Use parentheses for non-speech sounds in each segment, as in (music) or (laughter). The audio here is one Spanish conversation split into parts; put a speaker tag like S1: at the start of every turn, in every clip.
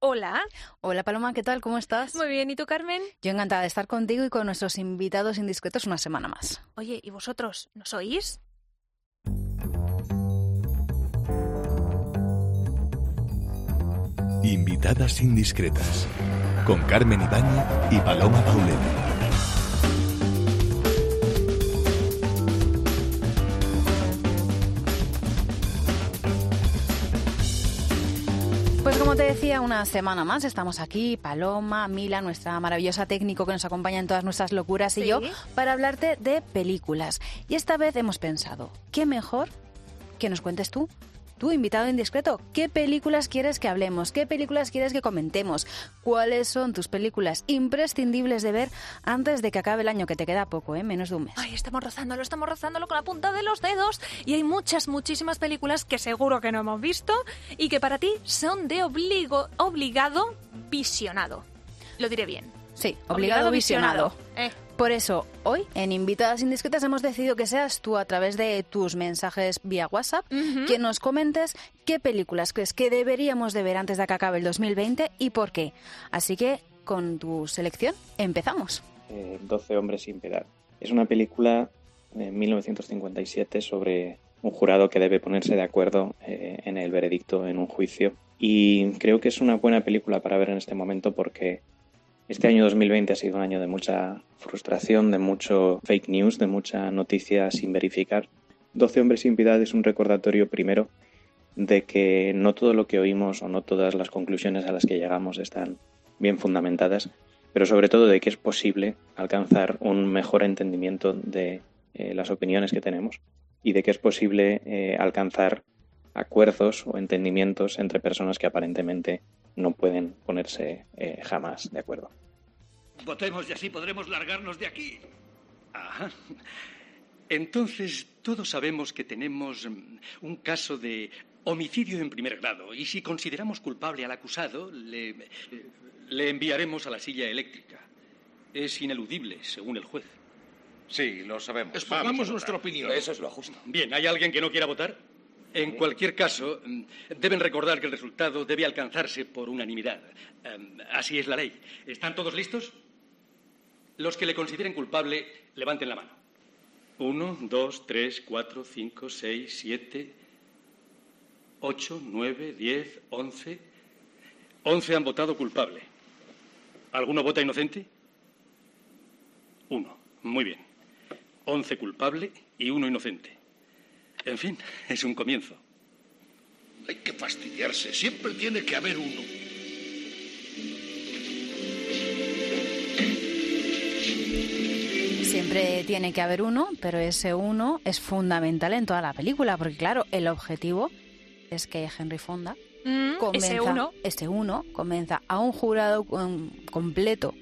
S1: Hola.
S2: Hola Paloma, ¿qué tal? ¿Cómo estás?
S1: Muy bien, ¿y tú, Carmen?
S2: Yo encantada de estar contigo y con nuestros invitados indiscretos una semana más.
S1: Oye, ¿y vosotros nos oís?
S3: Invitadas indiscretas con Carmen Ibáñez y Paloma Paulena.
S2: Pues como te decía, una semana más estamos aquí, Paloma, Mila, nuestra maravillosa técnico que nos acompaña en todas nuestras locuras y
S1: Sí.
S2: yo, para hablarte de películas. Y esta vez hemos pensado, ¿qué mejor que nos cuentes tú? Tú, invitado indiscreto, ¿qué películas quieres que hablemos? ¿Qué películas quieres que comentemos? ¿Cuáles son tus películas imprescindibles de ver antes de que acabe el año? Que te queda poco, ¿eh? Menos de un mes.
S1: Ay, estamos rozándolo, estamos rozándolo con la punta de los dedos. Y hay muchas, muchísimas películas que seguro que no hemos visto y que para ti son de obligo, obligado visionado. Lo diré bien.
S2: Sí, obligado, visionado.
S1: Eh,
S2: Por eso, hoy en Invitadas Indiscretas hemos decidido que seas tú a través de tus mensajes vía WhatsApp
S1: Ujú.
S2: que nos comentes qué películas crees que deberíamos de ver antes de que acabe el 2020 y por qué. Así que con tu selección empezamos.
S4: eh, 12 hombres sin piedad. Es una película de 1957 sobre un jurado que debe ponerse de acuerdo eh, en el veredicto en un juicio. Y creo que es una buena película para ver en este momento porque este año 2020 ha sido un año de mucha frustración, de mucho fake news, de mucha noticia sin verificar. 12 hombres sin piedad es un recordatorio primero de que no todo lo que oímos o no todas las conclusiones a las que llegamos están bien fundamentadas, pero sobre todo de que es posible alcanzar un mejor entendimiento de eh, las opiniones que tenemos y de que es posible eh, alcanzar acuerdos o entendimientos entre personas que aparentemente no pueden ponerse eh, jamás de acuerdo.
S5: Votemos y así podremos largarnos de aquí. Ah, Entonces, todos sabemos que tenemos mm, un caso de homicidio en primer grado y si consideramos culpable al acusado, le, eh, le enviaremos a la silla eléctrica. Es ineludible, según el juez.
S6: Sí, lo sabemos.
S5: Expongamos
S6: Vamos a
S5: nuestra
S6: votar.
S5: opinión.
S6: Eso es lo justo.
S5: Bien, ¿hay alguien que no quiera votar? En cualquier caso, mm, deben recordar que el resultado debe alcanzarse por unanimidad. Em, Así es la ley. ¿Están todos listos? Los que le consideren culpable, levanten la mano. Uno, dos, tres, cuatro, cinco, seis, siete, ocho, nueve, diez, once. Once han votado culpable. ¿Alguno vota inocente? Uno. Muy bien. Once culpable y uno inocente. En fin, es un comienzo.
S6: Hay que fastidiarse. Siempre tiene que haber uno.
S2: Siempre tiene que haber uno, pero ese uno es fundamental en toda la película, porque claro, el objetivo es que Henry Fonda
S1: mm,
S2: comienza,
S1: ese uno.
S2: este uno comienza a un jurado um, completo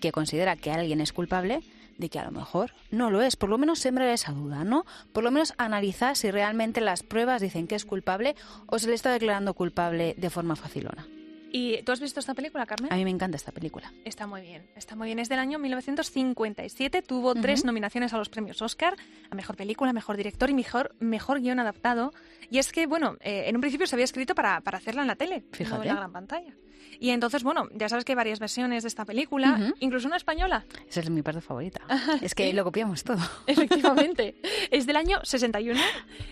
S2: que considera que alguien es culpable de que a lo mejor no lo es. Por lo menos sembrar esa duda, ¿no? Por lo menos analizar si realmente las pruebas dicen que es culpable o se le está declarando culpable de forma facilona.
S1: ¿Y tú has visto esta película, Carmen?
S2: A mí me encanta esta película.
S1: Está muy bien, está muy bien. Es del año 1957, tuvo tres
S2: Ujú.
S1: nominaciones a los premios Oscar, a Mejor Película, Mejor Director y Mejor, mejor Guión Adaptado. Y es que, bueno, eh, en un principio se había escrito para, para hacerla en la tele, no
S2: Fíjate.
S1: en la gran pantalla. Y entonces, bueno, ya sabes que hay varias versiones de esta película,
S2: Ujú.
S1: incluso una
S2: (laughs)
S1: española,
S2: Esa es mi parte favorita. (laughs) Es que
S1: ¿sí?
S2: lo copiamos todo.
S1: efectivamente. (laughs) es del año 61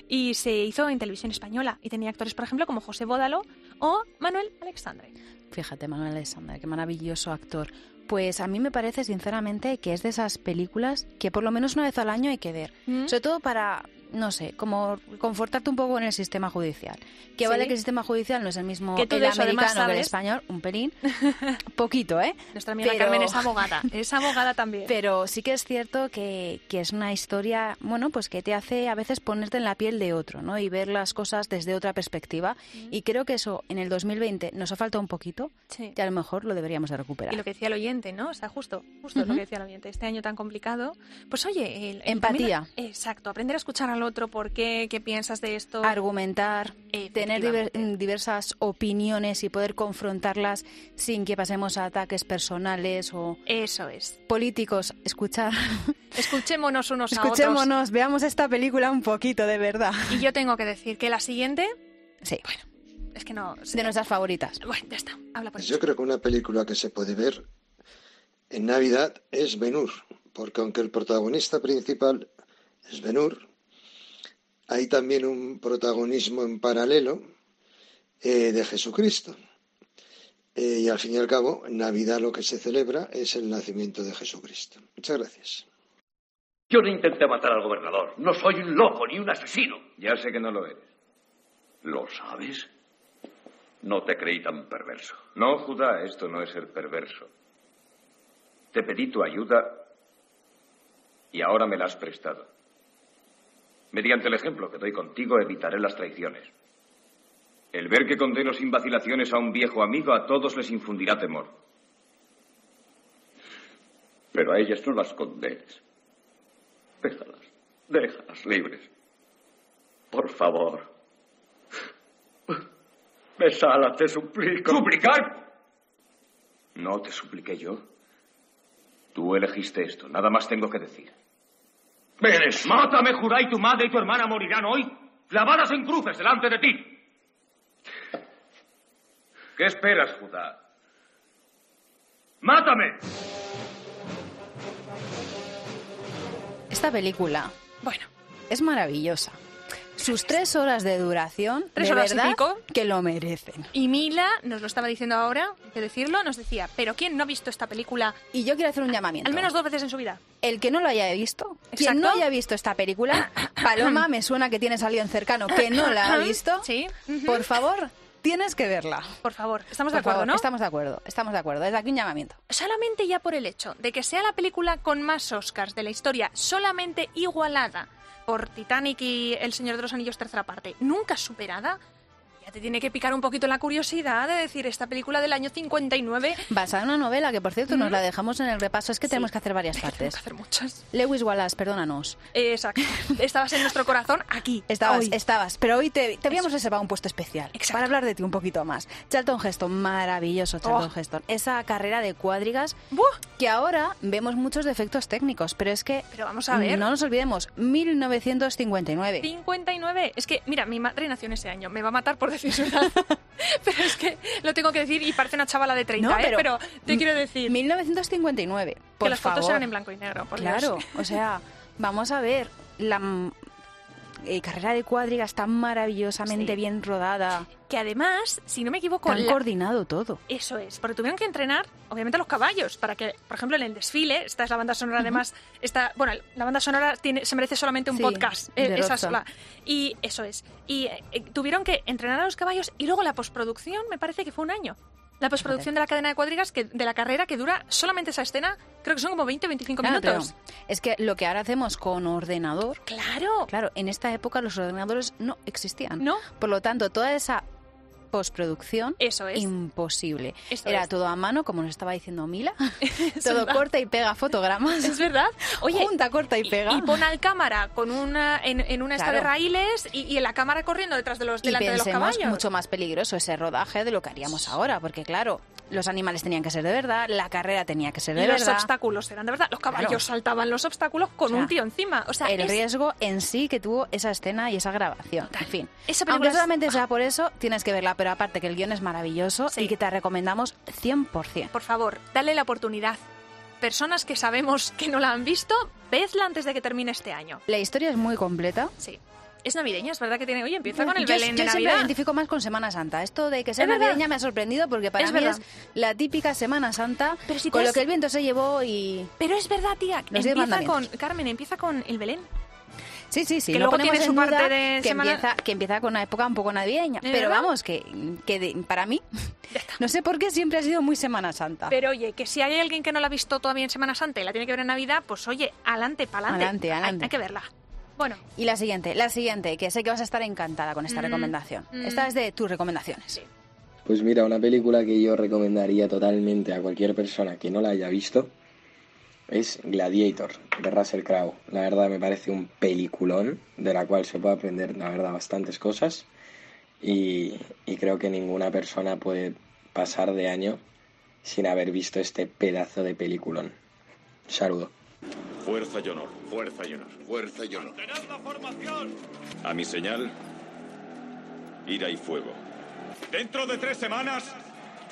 S1: y se hizo en televisión española y tenía actores, por ejemplo, como José Bódalo o Manuel Alexandre.
S2: Fíjate, Manuel Alexander, qué maravilloso actor. Pues a mí me parece, sinceramente, que es de esas películas que por lo menos una vez al año hay que ver.
S1: ¿Mm?
S2: Sobre todo para, no sé, como confortarte un poco en el sistema judicial. Que
S1: Sí.
S2: vale que el sistema judicial no es el mismo
S1: Que tú
S2: el
S1: de eso además
S2: americano que el
S1: sabes.
S2: español,
S1: (laughs)
S2: un pelín, poquito, ¿eh?
S1: Nuestra amiga
S2: Pero-
S1: Carmen es
S2: (laughs)
S1: abogada, es abogada también.
S2: Pero sí que es cierto que, que es una historia, bueno, pues que te hace a veces ponerte en la piel de otro, ¿no? Y ver las cosas desde otra perspectiva. Y creo que eso en el 2020 nos ha faltado un poquito,
S1: Sí.
S2: que a lo mejor lo deberíamos de recuperar.
S1: Y lo que decía el oyente, ¿no? O sea, justo, justo es lo
S2: Ujú.
S1: que decía el oyente. Este año tan complicado. Pues oye, el- el-
S2: Empatía.
S1: también- exacto, aprender a escuchar al otro, por qué, qué piensas de esto.
S2: argumentar, tener diver- mm,
S1: Efectivamente.
S2: diversas opiniones y poder confrontarlas sin que pasemos a ataques personales o
S1: Eso es.
S2: políticos. Escuchar,
S1: Escuchémonos unos a
S2: escuchémonos, veamos esta película un poquito de verdad.
S1: otros. Y yo tengo que decir que la siguiente
S2: Sí, bueno.
S1: Es que no. sé.
S2: De nuestras favoritas.
S1: Bueno, ya está. Habla por
S7: Pues Yo creo que una película que se puede ver en Navidad es Benur, porque aunque el protagonista principal es Benur, hay también un protagonismo en paralelo eh, de Jesucristo. Eh, y al fin y al cabo, en Navidad lo que se celebra es el nacimiento de Jesucristo. Muchas gracias.
S8: Yo no intenté matar al gobernador. No soy un loco ni un asesino.
S9: Ya sé que no lo eres.
S8: ¿Lo sabes? No te creí tan perverso.
S9: No, Judá, esto no es ser perverso. Te pedí tu ayuda y ahora me la has prestado. Mediante el ejemplo que doy contigo evitaré las traiciones. El ver que condeno sin vacilaciones a un viejo amigo a todos les infundirá temor.
S8: Pero a ellas no las condenes. Déjalas. Déjalas libres. Por favor. Besala, te suplico.
S9: ¿Suplicar? No te supliqué yo. Tú elegiste esto. Nada más tengo que decir.
S8: ¡Eres!
S9: Mátame, Judá, y tu madre y tu hermana morirán hoy, clavadas en cruces delante de ti. ¿Qué esperas, Judá? ¡Mátame!
S2: Esta película
S1: Bueno,
S2: es maravillosa. Sus tres horas de duración,
S1: Tres
S2: de
S1: horas y
S2: verdad,
S1: pico.
S2: que lo merecen.
S1: y Mila nos lo estaba diciendo ahora, hay que decirlo, nos decía, pero ¿quién no ha visto esta película
S2: Y yo quiero hacer un llamamiento.
S1: al menos dos veces en su vida?
S2: el que no lo haya visto,
S1: Exacto.
S2: quien no haya visto
S1: (coughs)
S2: esta película, Paloma, me suena que tienes a alguien cercano que no la ha visto.
S1: Sí. Ujú.
S2: Por favor, tienes que verla.
S1: Por favor, estamos
S2: Por
S1: de acuerdo,
S2: favor,
S1: ¿no?
S2: Estamos de acuerdo, estamos de acuerdo. Desde aquí un llamamiento.
S1: Solamente ya por el hecho de que sea la película con más Oscars de la historia, solamente igualada por Titanic y El Señor de los Anillos tercera parte, nunca superada, ya te tiene que picar un poquito la curiosidad de decir esta película del año 59.
S2: Basada en una novela que, por cierto, nos la dejamos en el repaso. Es que tenemos que hacer varias
S1: Tengo que
S2: partes.
S1: hacer muchas. Eh,
S2: Lewis Wallace, perdónanos.
S1: Exacto. Estabas en nuestro corazón aquí.
S2: Estabas,
S1: hoy.
S2: estabas, pero hoy te, te habíamos reservado un puesto especial
S1: Exacto.
S2: para hablar de ti un poquito más. Charlton Heston, maravilloso Charlton
S1: Oh.
S2: Heston. Esa carrera de cuadrigas
S1: Buah.
S2: que ahora vemos muchos defectos técnicos, pero es que
S1: Pero vamos a ver.
S2: no nos olvidemos, 1959.
S1: 59. Es que, mira, mi madre nació en ese año. Me va a matar por decir su edad. (laughs) pero es que lo tengo que decir y parece una chavala de 30,
S2: No,
S1: ¿eh? pero te quiero decir
S2: 1959. Por
S1: que las
S2: favor.
S1: fotos eran en blanco y negro. por Dios.
S2: Claro, o sea, vamos a ver la mm, eh, carrera de cuadrigas tan maravillosamente
S1: Sí.
S2: bien rodada,
S1: Que además, si no me equivoco,
S2: tan
S1: la-
S2: coordinado todo.
S1: Eso es, porque tuvieron que entrenar, obviamente, a los caballos, para que, por ejemplo, en el desfile, esta es la banda sonora, además, esta, bueno, la banda sonora tiene, se merece solamente un
S2: Sí,
S1: podcast, eh,
S2: de
S1: esa
S2: Roza.
S1: sola. Y eso es. Y eh, eh, tuvieron que entrenar a los caballos y luego la postproducción, me parece que fue un año. La postproducción de la cadena de cuadrigas, que, de la carrera, que dura solamente esa escena, creo que son como 20 o 25
S2: Claro, pero
S1: minutos.
S2: es que lo que ahora hacemos con ordenador,
S1: Claro,
S2: claro, en esta época los ordenadores no existían.
S1: ¿no?
S2: Por lo tanto, toda esa postproducción
S1: Eso es.
S2: imposible.
S1: Eso
S2: Era
S1: es.
S2: todo a mano, como nos estaba diciendo Mila.
S1: (laughs) Es
S2: (laughs) todo
S1: verdad.
S2: corta y pega fotogramas.
S1: Es verdad. Oye,
S2: Junta, corta y pega.
S1: Y, y pon al cámara con una, en, en una esta de
S2: Claro.
S1: raíles y, y en la cámara corriendo detrás de los,
S2: Y
S1: delante de los
S2: pensemos
S1: caballos.
S2: mucho más peligroso ese rodaje de lo que haríamos ahora, porque claro, los animales tenían que ser de verdad, la carrera tenía que ser de
S1: Y los
S2: verdad.
S1: obstáculos eran de verdad. Los caballos
S2: Claro.
S1: saltaban los obstáculos con
S2: O sea,
S1: un tío encima. O sea,
S2: el
S1: es-
S2: riesgo en sí que tuvo esa escena y esa grabación. En fin,
S1: Esa película
S2: aunque
S1: es-
S2: solamente sea por eso, tienes que verla, pero aparte que el guión es maravilloso
S1: Sí.
S2: y que te recomendamos 100%.
S1: por favor, dale la oportunidad. Personas que sabemos que no la han visto, vedla antes de que termine este año.
S2: La historia es muy completa.
S1: Sí. Es navideña, es verdad que tiene. Oye, empieza con el
S2: yo
S1: Belén de
S2: yo siempre me
S1: Navidad.
S2: identifico más con Semana Santa. Esto de que sea
S1: Es verdad.
S2: navideña me ha sorprendido porque para
S1: Es
S2: mí
S1: verdad.
S2: es la típica Semana Santa
S1: Pero si te
S2: con lo
S1: has-
S2: que el viento se llevó y...
S1: Pero es verdad, tía.
S2: Los diez
S1: empieza con,
S2: mandamientos.
S1: Carmen, empieza con el Belén.
S2: Sí, sí, sí.
S1: Que
S2: no
S1: luego
S2: ponemos
S1: tiene su
S2: en
S1: parte
S2: duda
S1: de
S2: que
S1: semana-
S2: empieza que empieza con una época un poco navideña,
S1: ¿De
S2: pero
S1: verdad?
S2: vamos que, que de-
S1: (laughs)
S2: para mí no sé por qué siempre ha sido muy Semana Santa.
S1: Pero oye, que si hay alguien que no la ha visto todavía en Semana Santa y la tiene que ver en Navidad, pues oye, adelante, pa'lante.
S2: Alante,
S1: Hay-
S2: alante.
S1: hay que verla. Bueno,
S2: Y la siguiente, la siguiente, que sé que vas a estar encantada con esta
S1: Mm,
S2: recomendación.
S1: mm.
S2: Esta es de tus recomendaciones.
S10: Pues mira, una película que yo recomendaría totalmente a cualquier persona que no la haya visto es Gladiator, de Russell Crowe. La verdad me parece un peliculón de la cual se puede aprender, la verdad, bastantes cosas y, y creo que ninguna persona puede pasar de año sin haber visto este pedazo de peliculón. Saludo.
S9: Fuerza y honor, fuerza y honor.
S11: Fuerza y honor.
S9: A mi señal, ira y fuego.
S12: Dentro de tres semanas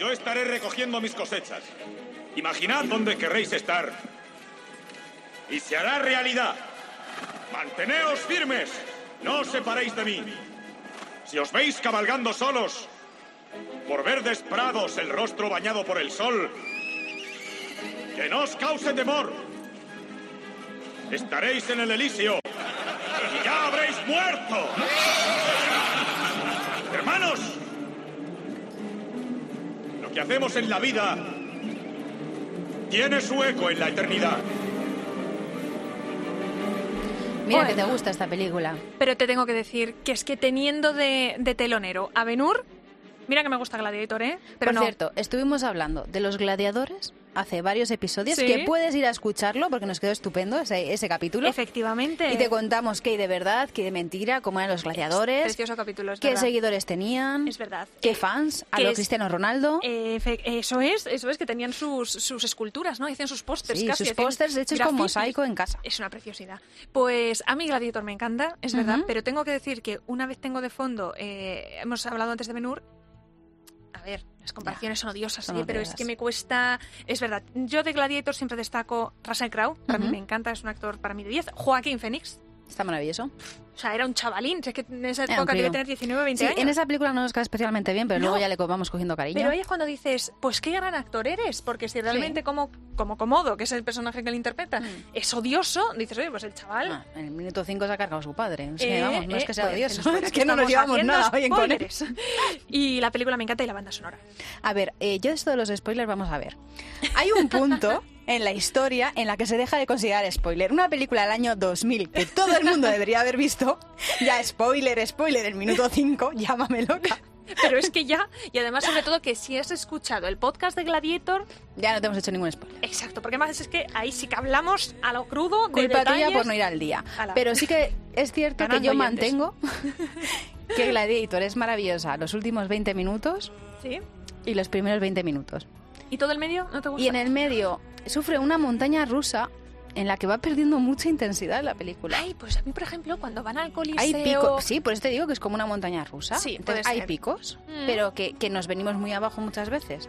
S12: yo estaré recogiendo mis cosechas. Imaginad dónde querréis estar. Y se hará realidad. Manteneos firmes. No os separéis de mí. Si os veis cabalgando solos, por verdes prados el rostro bañado por el sol, que no os cause temor. Estaréis en el Elíseo y ya habréis muerto. Hermanos, lo que hacemos en la vida tiene su eco en la eternidad.
S2: Mira que te
S1: Bueno.
S2: gusta esta película.
S1: Pero te tengo que decir que es que teniendo de, de telonero a Benur, mira que me gusta Gladiator, ¿eh? Pero
S2: Por
S1: no.
S2: cierto, estuvimos hablando de los gladiadores hace varios episodios,
S1: Sí.
S2: que puedes ir a escucharlo porque nos quedó estupendo ese, ese capítulo.
S1: Efectivamente.
S2: Y te contamos qué hay de verdad, qué hay de mentira, cómo eran los gladiadores,
S1: Precioso capítulo, es
S2: qué
S1: verdad.
S2: seguidores tenían,
S1: Es verdad.
S2: qué fans, a
S1: que
S2: lo
S1: es-
S2: Cristiano Ronaldo.
S1: Eh, fe- eso es, eso es, que tenían sus, sus esculturas, ¿no? Hacían sus pósters
S2: Sí,
S1: pues casi.
S2: sus
S1: hacían
S2: pósters hechos con
S1: grafitis.
S2: mosaico en casa.
S1: Es una preciosidad. Pues a mí Gladiator me encanta, es verdad,
S2: Ujú.
S1: pero tengo que decir que una vez tengo de fondo, eh, hemos hablado antes de Benur, a ver, las comparaciones son odiosas,
S2: son
S1: ¿eh? pero es
S2: odiosas.
S1: que me cuesta, es verdad, yo de Gladiator siempre destaco Russell Crowe, para mí
S2: Ujú.
S1: me encanta, es un actor para mí de 10, Joaquín Phoenix,
S2: Está maravilloso.
S1: o sea, era un chavalín, si es que en esa
S2: Era un
S1: época debe
S2: crío.
S1: tener 19 20
S2: Sí,
S1: años.
S2: en esa película no nos cae especialmente bien, pero
S1: No.
S2: luego ya le co- vamos cogiendo cariño.
S1: Pero ahí es cuando dices, pues qué gran actor eres, porque si realmente como, como Comodo, que es el personaje que le
S2: Mm.
S1: interpreta, es odioso, dices, oye, pues el chaval...
S2: Ah, en el minuto 5 se ha cargado a su padre. O sea,
S1: eh,
S2: vamos, no es
S1: eh,
S2: que sea
S1: bueno,
S2: odioso,
S1: (laughs) entonces,
S2: (laughs) es que no nos
S1: estamos
S2: llevamos
S1: haciendo
S2: nada bien con él.
S1: spoilers. Y la película me encanta y la banda sonora.
S2: A ver, eh, yo de esto de los spoilers vamos a ver. Hay
S1: (laughs)
S2: un punto en la historia en la que se deja de considerar spoiler. Una película del año 2000 que todo el mundo debería haber visto. Ya spoiler, spoiler, el minuto 5, llámame
S1: (laughs)
S2: loca.
S1: Pero es que ya, y además sobre todo que si has escuchado el podcast de Gladiator,
S2: Ya no te hemos hecho ningún spoiler.
S1: exacto, porque además es que ahí sí que hablamos a lo crudo de
S2: Culpa tuya
S1: detalles.
S2: por no ir al día.
S1: Ala.
S2: Pero sí que es cierto que
S1: Ganando
S2: yo
S1: oyentes. (laughs)
S2: mantengo que Gladiator es maravillosa los últimos 20 minutos
S1: Sí.
S2: y los primeros 20 minutos.
S1: ¿Y todo el medio no te gusta?
S2: Y en el medio sufre una montaña rusa en la que va perdiendo mucha intensidad la película.
S1: Ay, pues a mí, por ejemplo, cuando van al coliseo...
S2: Hay picos, sí, por eso te digo que es como una montaña rusa.
S1: Sí,
S2: Entonces,
S1: puede
S2: hay
S1: ser.
S2: picos,
S1: Mm.
S2: pero que, que nos venimos muy abajo muchas veces.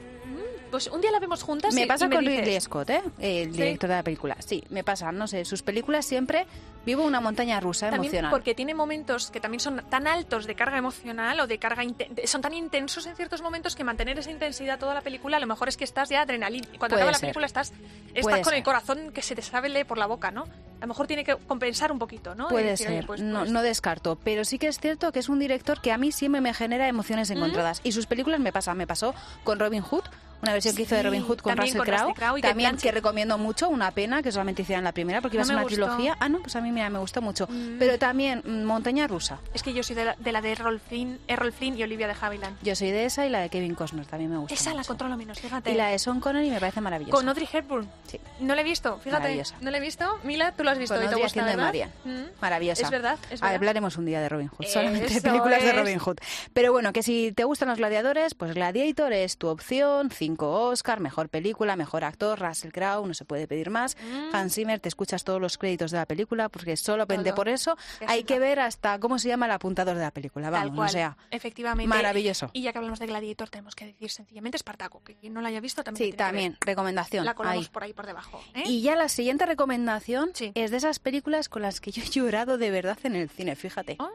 S1: Pues un día la vemos juntas
S2: me
S1: y-
S2: pasa
S1: y me
S2: con
S1: dices,
S2: Ridley Scott, ¿eh? el
S1: Sí.
S2: director de la película. Sí, me pasa, no sé, sus películas siempre vivo una montaña rusa
S1: También
S2: emocional.
S1: porque tiene momentos que también son tan altos de carga emocional o de carga inte- de- son tan intensos en ciertos momentos que mantener esa intensidad toda la película a lo mejor es que estás ya adrenalina cuando
S2: Puede
S1: acaba la
S2: ser.
S1: película estás estás
S2: Puede
S1: con el
S2: ser.
S1: corazón que se te sale por la boca no a lo mejor tiene que compensar un poquito no
S2: Puede
S1: Y decir,
S2: ser,
S1: oye, pues-
S2: no,
S1: pues-
S2: no descarto, pero sí que es cierto que es un director que a mí siempre me genera emociones encontradas y sus películas me pasan, me pasó con Robin Hood, una versión que hizo de
S1: Sí,
S2: Robin Hood con
S1: también
S2: Russell
S1: con Russell
S2: Crowe,
S1: Crowe y Kate
S2: también que
S1: Blanchett.
S2: recomiendo mucho, una pena que solamente hicieran la primera porque iba
S1: No
S2: a ser
S1: me
S2: una
S1: gustó.
S2: trilogía, ah no, pues a mí mira, me gustó mucho, pero también mm, Montaña Rusa,
S1: es que yo soy de la de, la de Errol, Flynn, Errol Flynn y Olivia de Havilland
S2: yo soy de esa y la de Kevin Costner también me gusta
S1: esa la
S2: mucho.
S1: controlo menos fíjate
S2: y la de Sean Connery me parece maravillosa.
S1: con Audrey Hepburn
S2: Sí.
S1: no la he visto fíjate
S2: Maravillosa.
S1: no la he visto Mila tú la has visto
S2: Con
S1: y te
S2: Audrey
S1: gusta
S2: haciendo de
S1: ¿verdad?
S2: Marian.
S1: Mm.
S2: Maravillosa.
S1: Es verdad, es verdad.
S2: Hablaremos un día de Robin Hood, solamente de
S1: Eso
S2: películas de
S1: es.
S2: Robin Hood. Pero bueno, que si te gustan los gladiadores, pues Gladiator es tu opción. Cinco Oscar, mejor película, mejor actor, Russell Crowe, no se puede pedir más.
S1: Mm.
S2: Hans Zimmer, te escuchas todos los créditos de la película porque solamente
S1: Todo.
S2: por eso
S1: Qué
S2: hay que
S1: genial.
S2: ver hasta cómo se llama el apuntador de la película.
S1: Mm. Tal
S2: Vamos,
S1: cual,
S2: o sea,
S1: efectivamente.
S2: maravilloso.
S1: Y ya que hablamos de Gladiator, tenemos que decir sencillamente Espartaco, que quien no la haya visto también.
S2: sí,
S1: la tiene que
S2: también,
S1: ver.
S2: recomendación.
S1: La colamos
S2: ahí.
S1: por ahí por debajo. ¿eh?
S2: Y ya la siguiente recomendación
S1: Sí.
S2: es de esas películas con las que yo he llorado de verdad en el cine, fíjate.
S1: Oh,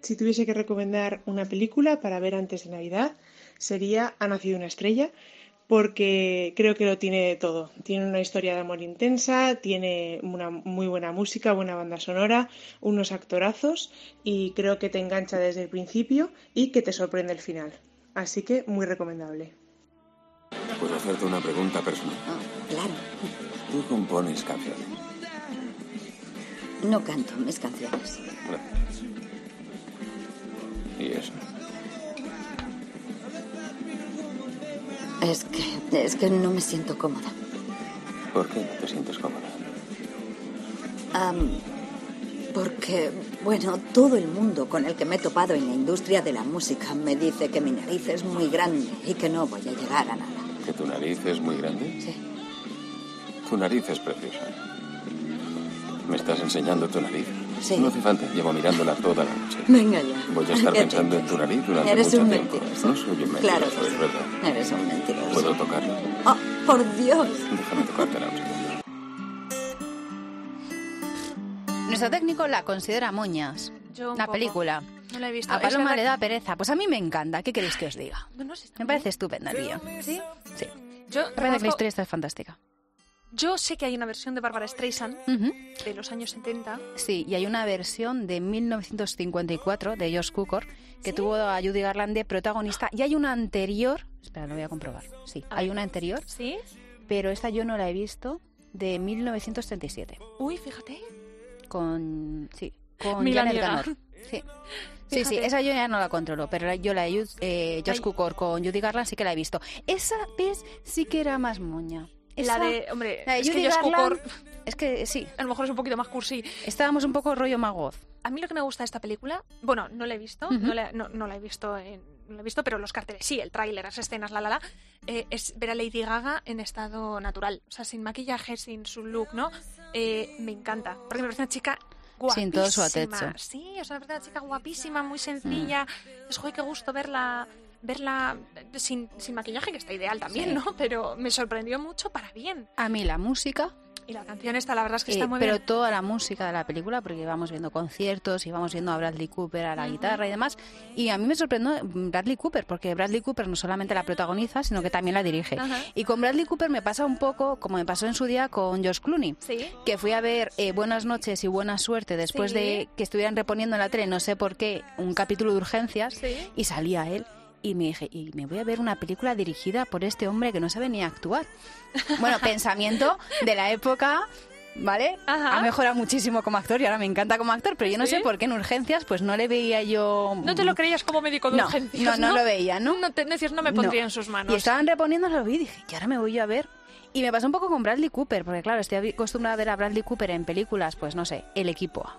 S13: Si tuviese que recomendar una película para ver antes de Navidad, sería Ha nacido una estrella, porque creo que lo tiene de todo. Tiene una historia de amor intensa, tiene una muy buena música, buena banda sonora, unos actorazos y creo que te engancha desde el principio y que te sorprende el final. Así que muy recomendable.
S14: ¿Puedo hacerte una pregunta personal?
S15: Claro,
S14: Tú compones canciones.
S15: no canto mis canciones.
S14: Y eso.
S15: Es que, es que no me siento cómoda.
S14: ¿Por qué no te sientes cómoda?
S15: Am, porque, bueno, todo el mundo con el que me he topado en la industria de la música me dice que mi nariz es muy grande y que no voy a llegar a nada.
S14: ¿Que tu nariz es muy grande?
S15: Sí.
S14: Tu nariz es preciosa. ¿Me estás enseñando tu nariz?
S15: Sí.
S14: No hace falta, llevo mirándola toda la noche.
S15: Venga ya.
S14: Voy a estar
S15: Ya te-
S14: pensando en tu nariz durante
S15: Eres
S14: mucho
S15: un
S14: tiempo.
S15: mentiroso.
S14: No soy un mentiroso,
S15: Claro que
S14: es verdad.
S15: Eres un mentiroso.
S14: ¿Puedo tocarla?
S15: ¡Oh, por Dios!
S14: Déjame tocártela un segundo.
S2: Nuestro técnico la considera moñas.
S1: Yo un
S2: la
S1: poco.
S2: película.
S1: No la he visto.
S2: A
S1: Es
S2: Paloma
S1: verdad
S2: le da pereza. Pues a mí me encanta. ¿Qué queréis que os diga?
S1: que- No, no, sí, está
S2: Me parece estupenda el guión.
S1: bien. ¿Sí?
S2: Sí.
S1: Yo,
S2: Me parece que la
S1: reconozco-
S2: historia está fantástica.
S1: yo sé que hay una versión de Barbara Streisand
S2: Ujú.
S1: de los años 70.
S2: Sí, y hay una versión de 1954 de Josh Cukor que tuvo a Judy Garland de protagonista. Y hay una anterior. Espera, lo voy a comprobar. Sí, hay una anterior.
S1: Sí.
S2: Pero esta yo no la he visto de 1937.
S1: Uy, fíjate.
S2: Con. Sí, con
S1: Mila
S2: Janet
S1: (laughs) Niega.
S2: Gaynor. Sí. Sí, sí,
S1: Fíjate.
S2: esa yo ya no la controlo, pero la- yo la de Ju- eh, Josh
S1: Ay.
S2: Cukor con Judy Garland sí que la he visto. Esa vez sí que era más moña. Esa-
S1: La de, hombre,
S2: la de
S1: es que
S2: Judy
S1: Josh Cukor-
S2: Garland- Es que sí.
S1: A lo mejor es un poquito más cursi.
S2: Estábamos un poco rollo magoz.
S1: A mí lo que me gusta de esta película, bueno, no la he visto,
S2: Ujú.
S1: no, la, no- no la he visto, en- no la he visto, pero los carteles sí, el tráiler, las escenas, la la la, eh, es ver a Lady Gaga en estado natural, o sea, sin maquillaje, sin su look, ¿no? Eh, me encanta, porque me parece una chica guapísima.
S2: Sin todo su atecho. Mm.
S1: Sí, o sea, me parece una chica guapísima, muy sencilla. Es joder, qué gusto verla verla eh, sin, sin maquillaje, que está ideal también,
S2: Sí.
S1: ¿no? Pero me sorprendió mucho para bien.
S2: A mí la música,
S1: Y la canción esta, la verdad es que está
S2: eh,
S1: muy
S2: pero
S1: bien.
S2: toda la música de la película, porque íbamos viendo conciertos, íbamos viendo a Bradley Cooper a la guitarra y demás. Y a mí me sorprendió Bradley Cooper, porque Bradley Cooper no solamente la protagoniza, sino que también la dirige.
S1: Ajá.
S2: Y con Bradley Cooper me pasa un poco como me pasó en su día con George Clooney.
S1: Sí.
S2: Que fui a ver eh, Buenas noches y Buena Suerte después
S1: Sí.
S2: de que estuvieran reponiendo en la tele, no sé por qué, un capítulo de urgencias
S1: Sí.
S2: y salía él y me dije, y me voy a ver una película dirigida por este hombre que no sabe ni actuar.
S1: (laughs)
S2: Bueno, pensamiento de la época, ¿vale? Ha mejorado muchísimo como actor y ahora me encanta como actor, pero yo no
S1: ¿Sí?
S2: sé por qué en urgencias pues no le veía yo...
S1: No te lo creías como médico de
S2: No,
S1: urgencias,
S2: no, no lo veía, ¿no?
S1: No, te, decías, no me
S2: No.
S1: pondría en sus manos.
S2: Y estaban reponiéndolo y dije, que ahora me voy yo a ver. Y me pasó un poco con Bradley Cooper, porque claro, estoy acostumbrada a ver a Bradley Cooper en películas, pues no sé, el equipo A,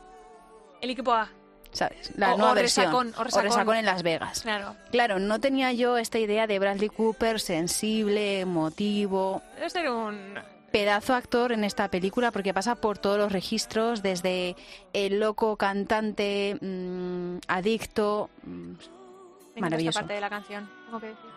S1: El equipo A.
S2: ¿sabes? La
S1: O-
S2: nueva
S1: o
S2: versión.
S1: Resacón, o Resacón.
S2: en Las Vegas.
S1: Claro.
S2: Claro, no tenía yo esta idea de Bradley Cooper sensible, emotivo,
S1: Debe ser un.
S2: pedazo actor en esta película porque pasa por todos los registros, desde el loco cantante, mm, adicto, mm,
S1: Me encanta
S2: maravilloso.
S1: Esta parte de la canción. Tengo que decir.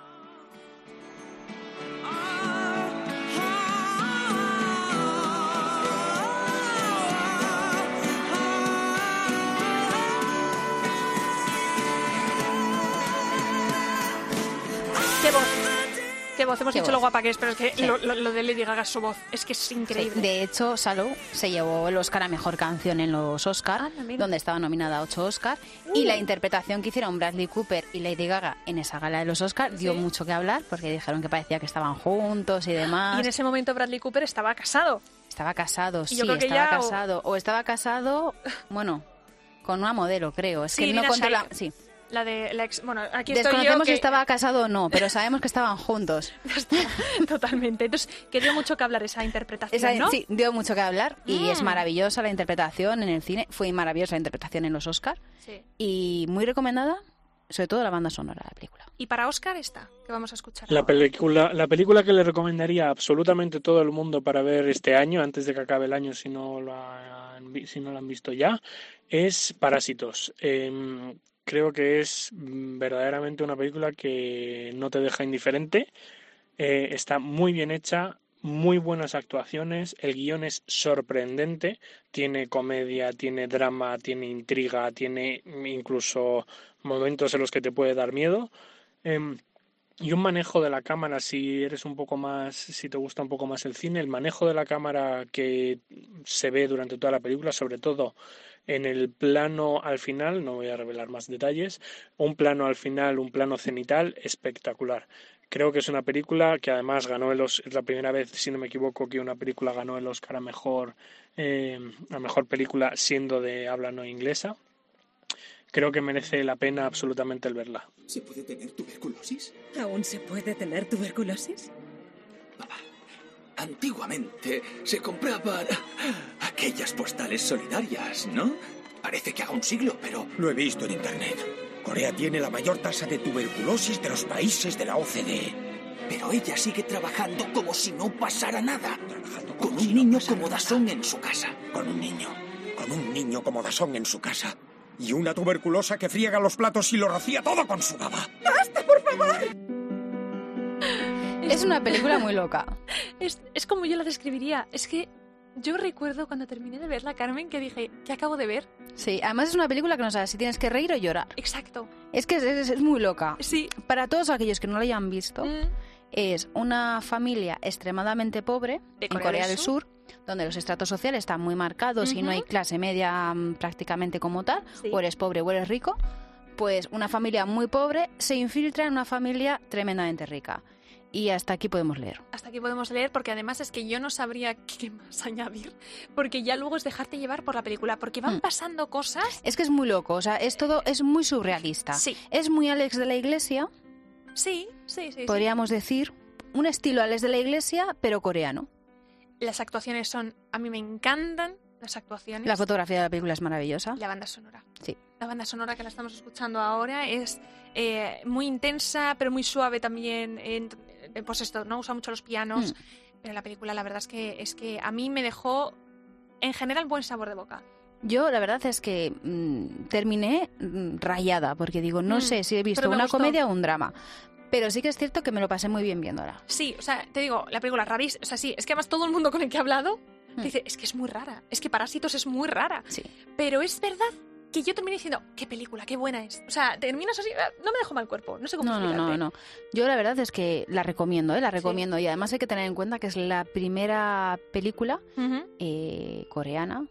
S1: Qué voz. Qué voz. Hemos
S2: Qué
S1: dicho
S2: voz.
S1: lo guapa que es, pero es que
S2: Sí.
S1: lo, lo- lo de Lady Gaga es su voz. Es que es
S2: Sí,
S1: increíble.
S2: de hecho, Salou se llevó el Oscar a Mejor Canción en los Oscar,
S1: Anda, mira. Uh.
S2: donde estaba nominada a ocho Oscar, y la interpretación que hicieron Bradley Cooper y Lady Gaga en esa gala de los Oscar dio mucho que hablar, porque dijeron que parecía que estaban juntos y
S1: Y
S2: demás.
S1: en ese momento Bradley Cooper estaba casado.
S2: Estaba casado,
S1: Y
S2: sí,
S1: yo creo que
S2: estaba
S1: ya, o-
S2: casado. O... estaba casado, bueno, con una modelo, creo. Es
S1: Sí,
S2: que no
S1: Nina
S2: controla...
S1: Shayk.
S2: Sí.
S1: La de la ex. Bueno, aquí estoy yo.
S2: Desconocemos
S1: que-
S2: si
S1: (laughs)
S2: estaba casado o no, pero sabemos que estaban juntos.
S1: Totalmente. Entonces, que dio mucho que hablar esa interpretación,
S2: Esa-
S1: ¿no?
S2: Sí, dio mucho que hablar y es
S1: Mm.
S2: maravillosa la interpretación en el cine. Fue maravillosa la interpretación en los Oscar
S1: Sí.
S2: y muy recomendada, sobre todo la banda sonora de la película.
S1: Y para Oscar esta, que vamos a escuchar.
S5: La película, la película que le recomendaría a absolutamente todo el mundo para ver este año, antes de que acabe el año, si no lo han, vi- si no la han visto ya, es Parásitos. Em, creo que es mm, verdaderamente una película que no te deja indiferente. Eh, está muy bien hecha, muy buenas actuaciones, el guión es sorprendente, tiene comedia, tiene drama, tiene intriga, tiene mm, incluso momentos en los que te puede dar miedo. Em, y un manejo de la cámara, si eres un poco más, si te gusta un poco más el cine, el manejo de la cámara que se ve durante toda la película, sobre todo en el plano al final, no voy a revelar más detalles, un plano al final, un plano cenital, espectacular. Creo que es una película que además ganó el Os- es la primera vez, si no me equivoco, que una película ganó el Oscar a mejor, eh, a mejor película siendo de habla no inglesa. Creo que merece la pena absolutamente el verla.
S6: ¿Se puede tener tuberculosis?
S16: ¿Aún se puede tener tuberculosis?
S6: Antiguamente se compraban aquellas postales solidarias, ¿no? Parece que haga un siglo, pero lo he visto en Internet. Corea tiene la mayor tasa de tuberculosis de los países de la OCDE. Pero ella sigue trabajando como si no pasara nada. Con un niño como Dazón en su casa. Con un niño. Con con un niño como Dasón en su casa y una tuberculosa que friega los platos y lo rocía todo con su baba.
S16: ¡Basta, por favor!
S2: Es una película muy loca.
S1: Es, es como yo la describiría. Es que yo recuerdo cuando terminé de verla, Carmen, que dije, ¿qué acabo de ver?
S2: Sí, además es una película que no sabes si tienes que reír o llorar.
S1: Exacto.
S2: Es que es, es- es muy loca.
S1: Sí. Mm,
S2: Para todos aquellos que no la hayan visto, es una familia extremadamente pobre
S16: De
S2: en Corea del Sur, donde los estratos sociales están muy marcados y no hay clase media mm, prácticamente como tal,
S16: Sí.
S2: o eres pobre o eres rico, pues una familia muy pobre se infiltra en una familia tremendamente rica. Y hasta aquí podemos leer.
S1: Hasta aquí podemos leer porque además es que yo no sabría (laughs) qué más añadir porque ya luego es dejarte llevar por la película porque
S2: Mm.
S1: van pasando cosas.
S2: Es que es muy loco, o sea, es todo, es muy surrealista.
S1: Sí.
S2: Es muy Alex de la Iglesia,
S1: Sí, sí, sí. sí.
S2: podríamos decir, un estilo Alex de la Iglesia, pero coreano.
S1: Las actuaciones son, a mí me encantan las actuaciones.
S2: La fotografía de la película es maravillosa.
S1: La banda sonora.
S2: Sí.
S1: La banda sonora que la estamos escuchando ahora es eh, muy intensa, pero muy suave también. en- eh, pues esto, no usa mucho los
S2: Mm.
S1: pianos. Pero la película, la verdad es que, es que a mí me dejó, en general, buen sabor de boca.
S2: Yo la verdad es que mm, terminé mm, rayada porque digo, no
S1: Mm,
S2: sé si he visto
S1: pero me
S2: una
S1: gustó.
S2: comedia o un drama. Pero sí que es cierto que me lo pasé muy bien viéndola.
S1: Sí, o sea, te digo, la película rarísima. O sea, sí, es que además todo el mundo con el que he hablado
S2: Mm.
S1: te dice, es que es muy rara. Es que Parásitos es muy rara.
S2: Sí.
S1: Pero es verdad que yo terminé diciendo, qué película, qué buena es. O sea, terminas así, "Ah, no me dejó mal cuerpo. No sé cómo
S2: No, no, no,
S1: explicarte.
S2: no. Yo la verdad es que la recomiendo, ¿eh? la recomiendo. Y además hay que tener en cuenta que es la primera película
S1: Ujú.
S2: eh, coreana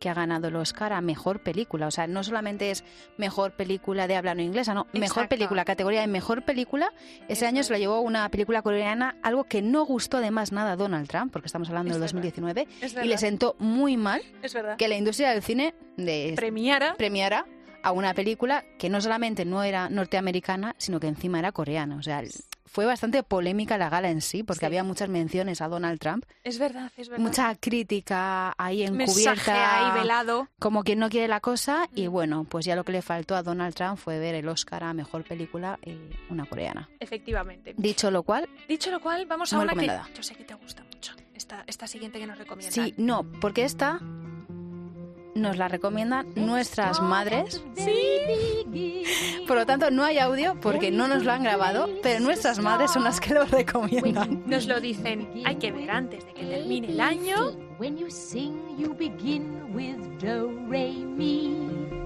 S2: que ha ganado el Oscar a mejor película. O sea, no solamente es mejor película de habla no inglesa, no, mejor
S1: Exacto.
S2: película, categoría de mejor película. Ese año se la llevó una película coreana, algo que no gustó además nada a Donald Trump, porque estamos hablando del 2019,
S1: Es
S2: y
S1: verdad.
S2: le sentó muy mal
S1: Es verdad.
S2: que la industria del cine de-
S1: Premiara.
S2: premiara a una película que no solamente no era norteamericana, sino que encima era coreana. O sea, el- fue bastante polémica la gala en sí, porque había muchas menciones a Donald Trump
S1: Es verdad, es verdad.
S2: mucha crítica ahí encubierta.
S1: Mensaje ahí velado. Mm.
S2: Como quien no quiere la cosa. Y bueno, pues ya lo que le faltó a Donald Trump fue ver el Oscar a Mejor Película, eh, una coreana.
S1: Efectivamente.
S2: Dicho lo cual,
S1: Dicho lo cual, vamos a
S2: Muy
S1: una que
S2: recomendada.
S1: yo sé que te gusta mucho. Esta, esta siguiente que nos recomiendas.
S2: sí, no, porque esta nos la recomiendan nuestras madres.
S1: Sí.
S2: Por lo tanto, no hay audio porque no nos lo han grabado, pero nuestras madres son las que lo recomiendan.
S1: Nos lo dicen. Hay que ver antes de que termine el año.
S17: When you sing, you begin with do re mi.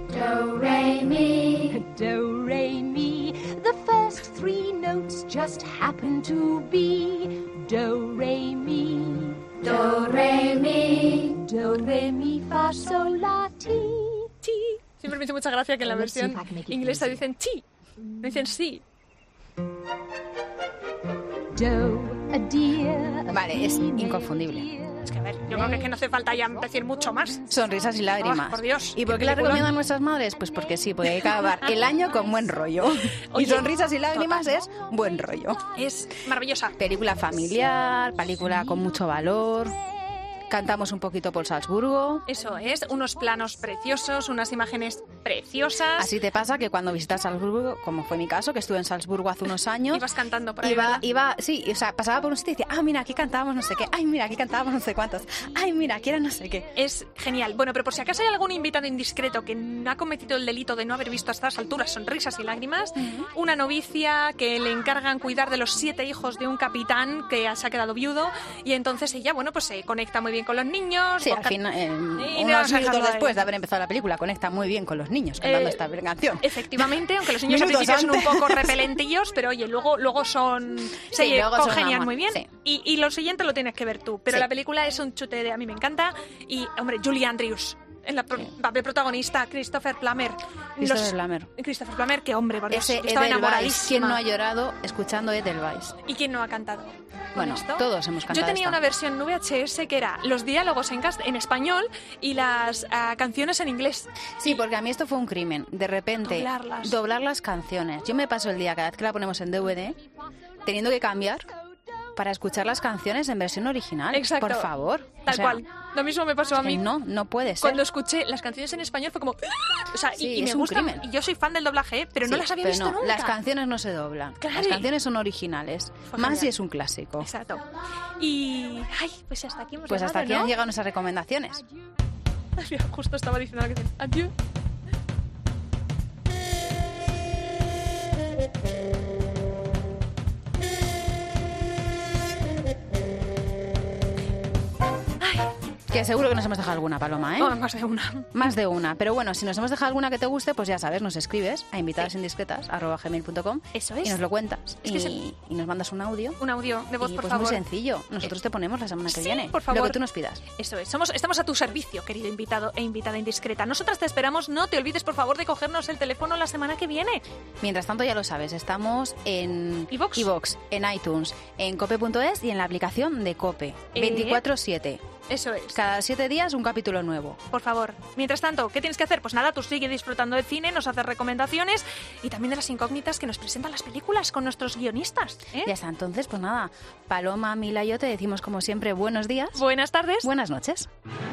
S1: Do, re, mi.
S17: (laughs) Do re mi. The first three notes just happen to be do re mi.
S1: Do, re, mi.
S17: Do re mi fa sol la ti.
S1: Ti. Siempre me hizo mucha gracia que en la
S17: Let's see
S1: versión
S17: if I can make it
S1: inglesa dicen chi. No dicen sí.
S17: A dear. a
S2: Vale, es
S17: female
S2: inconfundible.
S1: Es que a ver, yo creo que, es que no hace falta ya decir mucho más.
S2: Sonrisas y lágrimas.
S1: Ah, por Dios.
S2: ¿Y por qué la
S1: peliculón.
S2: recomiendan nuestras madres? Pues porque sí, porque hay que acabar el año con buen (laughs) rollo. Y
S1: Oye,
S2: sonrisas y lágrimas es buen rollo.
S1: Es maravillosa.
S2: Película familiar, película con mucho valor. Cantamos un poquito por Salzburgo.
S1: Eso es, unos planos preciosos, unas imágenes preciosas.
S2: Así te pasa que cuando visitas Salzburgo, como fue mi caso, que estuve en Salzburgo hace unos años,
S1: Ibas cantando por ahí.
S2: iba,
S1: ¿verdad?
S2: iba, sí, o sea, pasaba por un sitio y decía, ah, mira, aquí cantábamos no sé qué, ay, mira, aquí cantábamos no sé cuántos, ay, mira, aquí era no sé qué.
S1: Es genial. Bueno, pero por si acaso hay algún invitado indiscreto que no ha cometido el delito de no haber visto a estas alturas sonrisas y lágrimas, una novicia que le encargan cuidar de los siete hijos de un capitán que se ha quedado viudo y entonces ella, bueno, pues se conecta muy bien con los niños.
S2: Sí,
S1: con
S2: al
S1: ca-
S2: final, eh,
S1: Y nos dejamos
S2: unos minutos
S1: ahí.
S2: después de haber empezado la película, conecta muy bien con los niños cantando
S1: Eh,
S2: esta canción.
S1: Efectivamente, aunque los niños al
S2: Minutos
S1: principio son un
S2: antes. (laughs)
S1: poco repelentillos, pero oye, luego, luego son. Se
S2: Sí, luego son
S1: congenian
S2: amor,
S1: muy bien.
S2: sí.
S1: Y, y lo siguiente lo tienes que ver tú. Pero
S2: Sí.
S1: la película es un chute de a mí me encanta. Y, hombre, Julie Andrews, en la pro- papel protagonista, Christopher Plummer.
S2: Christopher Plummer.
S1: Christopher Plummer, qué hombre, por Dios,
S2: Ese
S1: yo estaba
S2: Edelweiss,
S1: enamoradísima.
S2: ¿quién no ha llorado escuchando Edelweiss?
S1: ¿Y quién no ha cantado? con
S2: Bueno,
S1: esto?
S2: todos hemos cantado
S1: Yo tenía
S2: esta.
S1: una versión VHS que era los diálogos en, cas- en español y las ah, canciones en inglés.
S2: Sí, porque a mí esto fue un crimen. De repente,
S1: Doblarlas.
S2: doblar las canciones. Yo me paso el día cada vez que la ponemos en DVD teniendo que cambiar para escuchar las canciones en versión original.
S1: Exacto.
S2: Por favor. O
S1: Tal
S2: sea,
S1: cual. Lo mismo me pasó
S2: es
S1: a
S2: que
S1: mí.
S2: No, no puede ser.
S1: Cuando escuché las canciones en español fue como... "Ah", O sea, y-
S2: Sí,
S1: y, me
S2: es un
S1: gustan.
S2: crimen.
S1: Y yo soy fan del doblaje, ¿eh? pero no
S2: Sí,
S1: las había
S2: pero
S1: visto
S2: no,
S1: nunca.
S2: Las canciones no se doblan. Las
S1: Claro.
S2: canciones son originales.
S1: Fue
S2: Más
S1: genial.
S2: si es un clásico.
S1: Exacto. Y... Ay, pues hasta aquí hemos
S2: Pues hasta
S1: llegado,
S2: aquí
S1: ¿no?
S2: han llegado nuestras recomendaciones.
S1: (laughs) Mira, Justo estaba diciendo la canción. Adiós.
S2: Que seguro que nos hemos dejado alguna, Paloma, ¿eh?
S1: Oh, más de una.
S2: Más de una. Pero bueno, si nos hemos dejado alguna que te guste, pues ya sabes, nos escribes a invitadasindiscretas.com
S1: Eso es.
S2: y nos lo cuentas.
S1: Es
S2: y,
S1: que se-
S2: y nos mandas un audio.
S1: Un audio de voz,
S2: y
S1: por
S2: pues
S1: favor. Eh,
S2: muy sencillo. Nosotros te ponemos la semana que
S1: Sí,
S2: viene.
S1: por
S2: Lo
S1: favor.
S2: que tú nos pidas.
S1: Eso es, somos, estamos a tu servicio, querido invitado e invitada indiscreta. Nosotras te esperamos, no te olvides, por favor, de cogernos el teléfono la semana que viene.
S2: Mientras tanto, ya lo sabes, estamos en
S1: iVoox.
S2: en iTunes, en cope.es y en la aplicación de Cope.
S1: Eh.
S2: 24-7.
S1: Eso es.
S2: Cada siete días un capítulo nuevo.
S1: Por favor. Mientras tanto, ¿qué tienes que hacer? Pues nada, tú sigue disfrutando del cine, nos haces recomendaciones y también de las incógnitas que nos presentan las películas con nuestros guionistas. ¿eh?
S2: Ya está, entonces, pues nada, Paloma, Mila y yo te decimos como siempre buenos días.
S1: Buenas tardes.
S2: Buenas noches.
S1: Buenas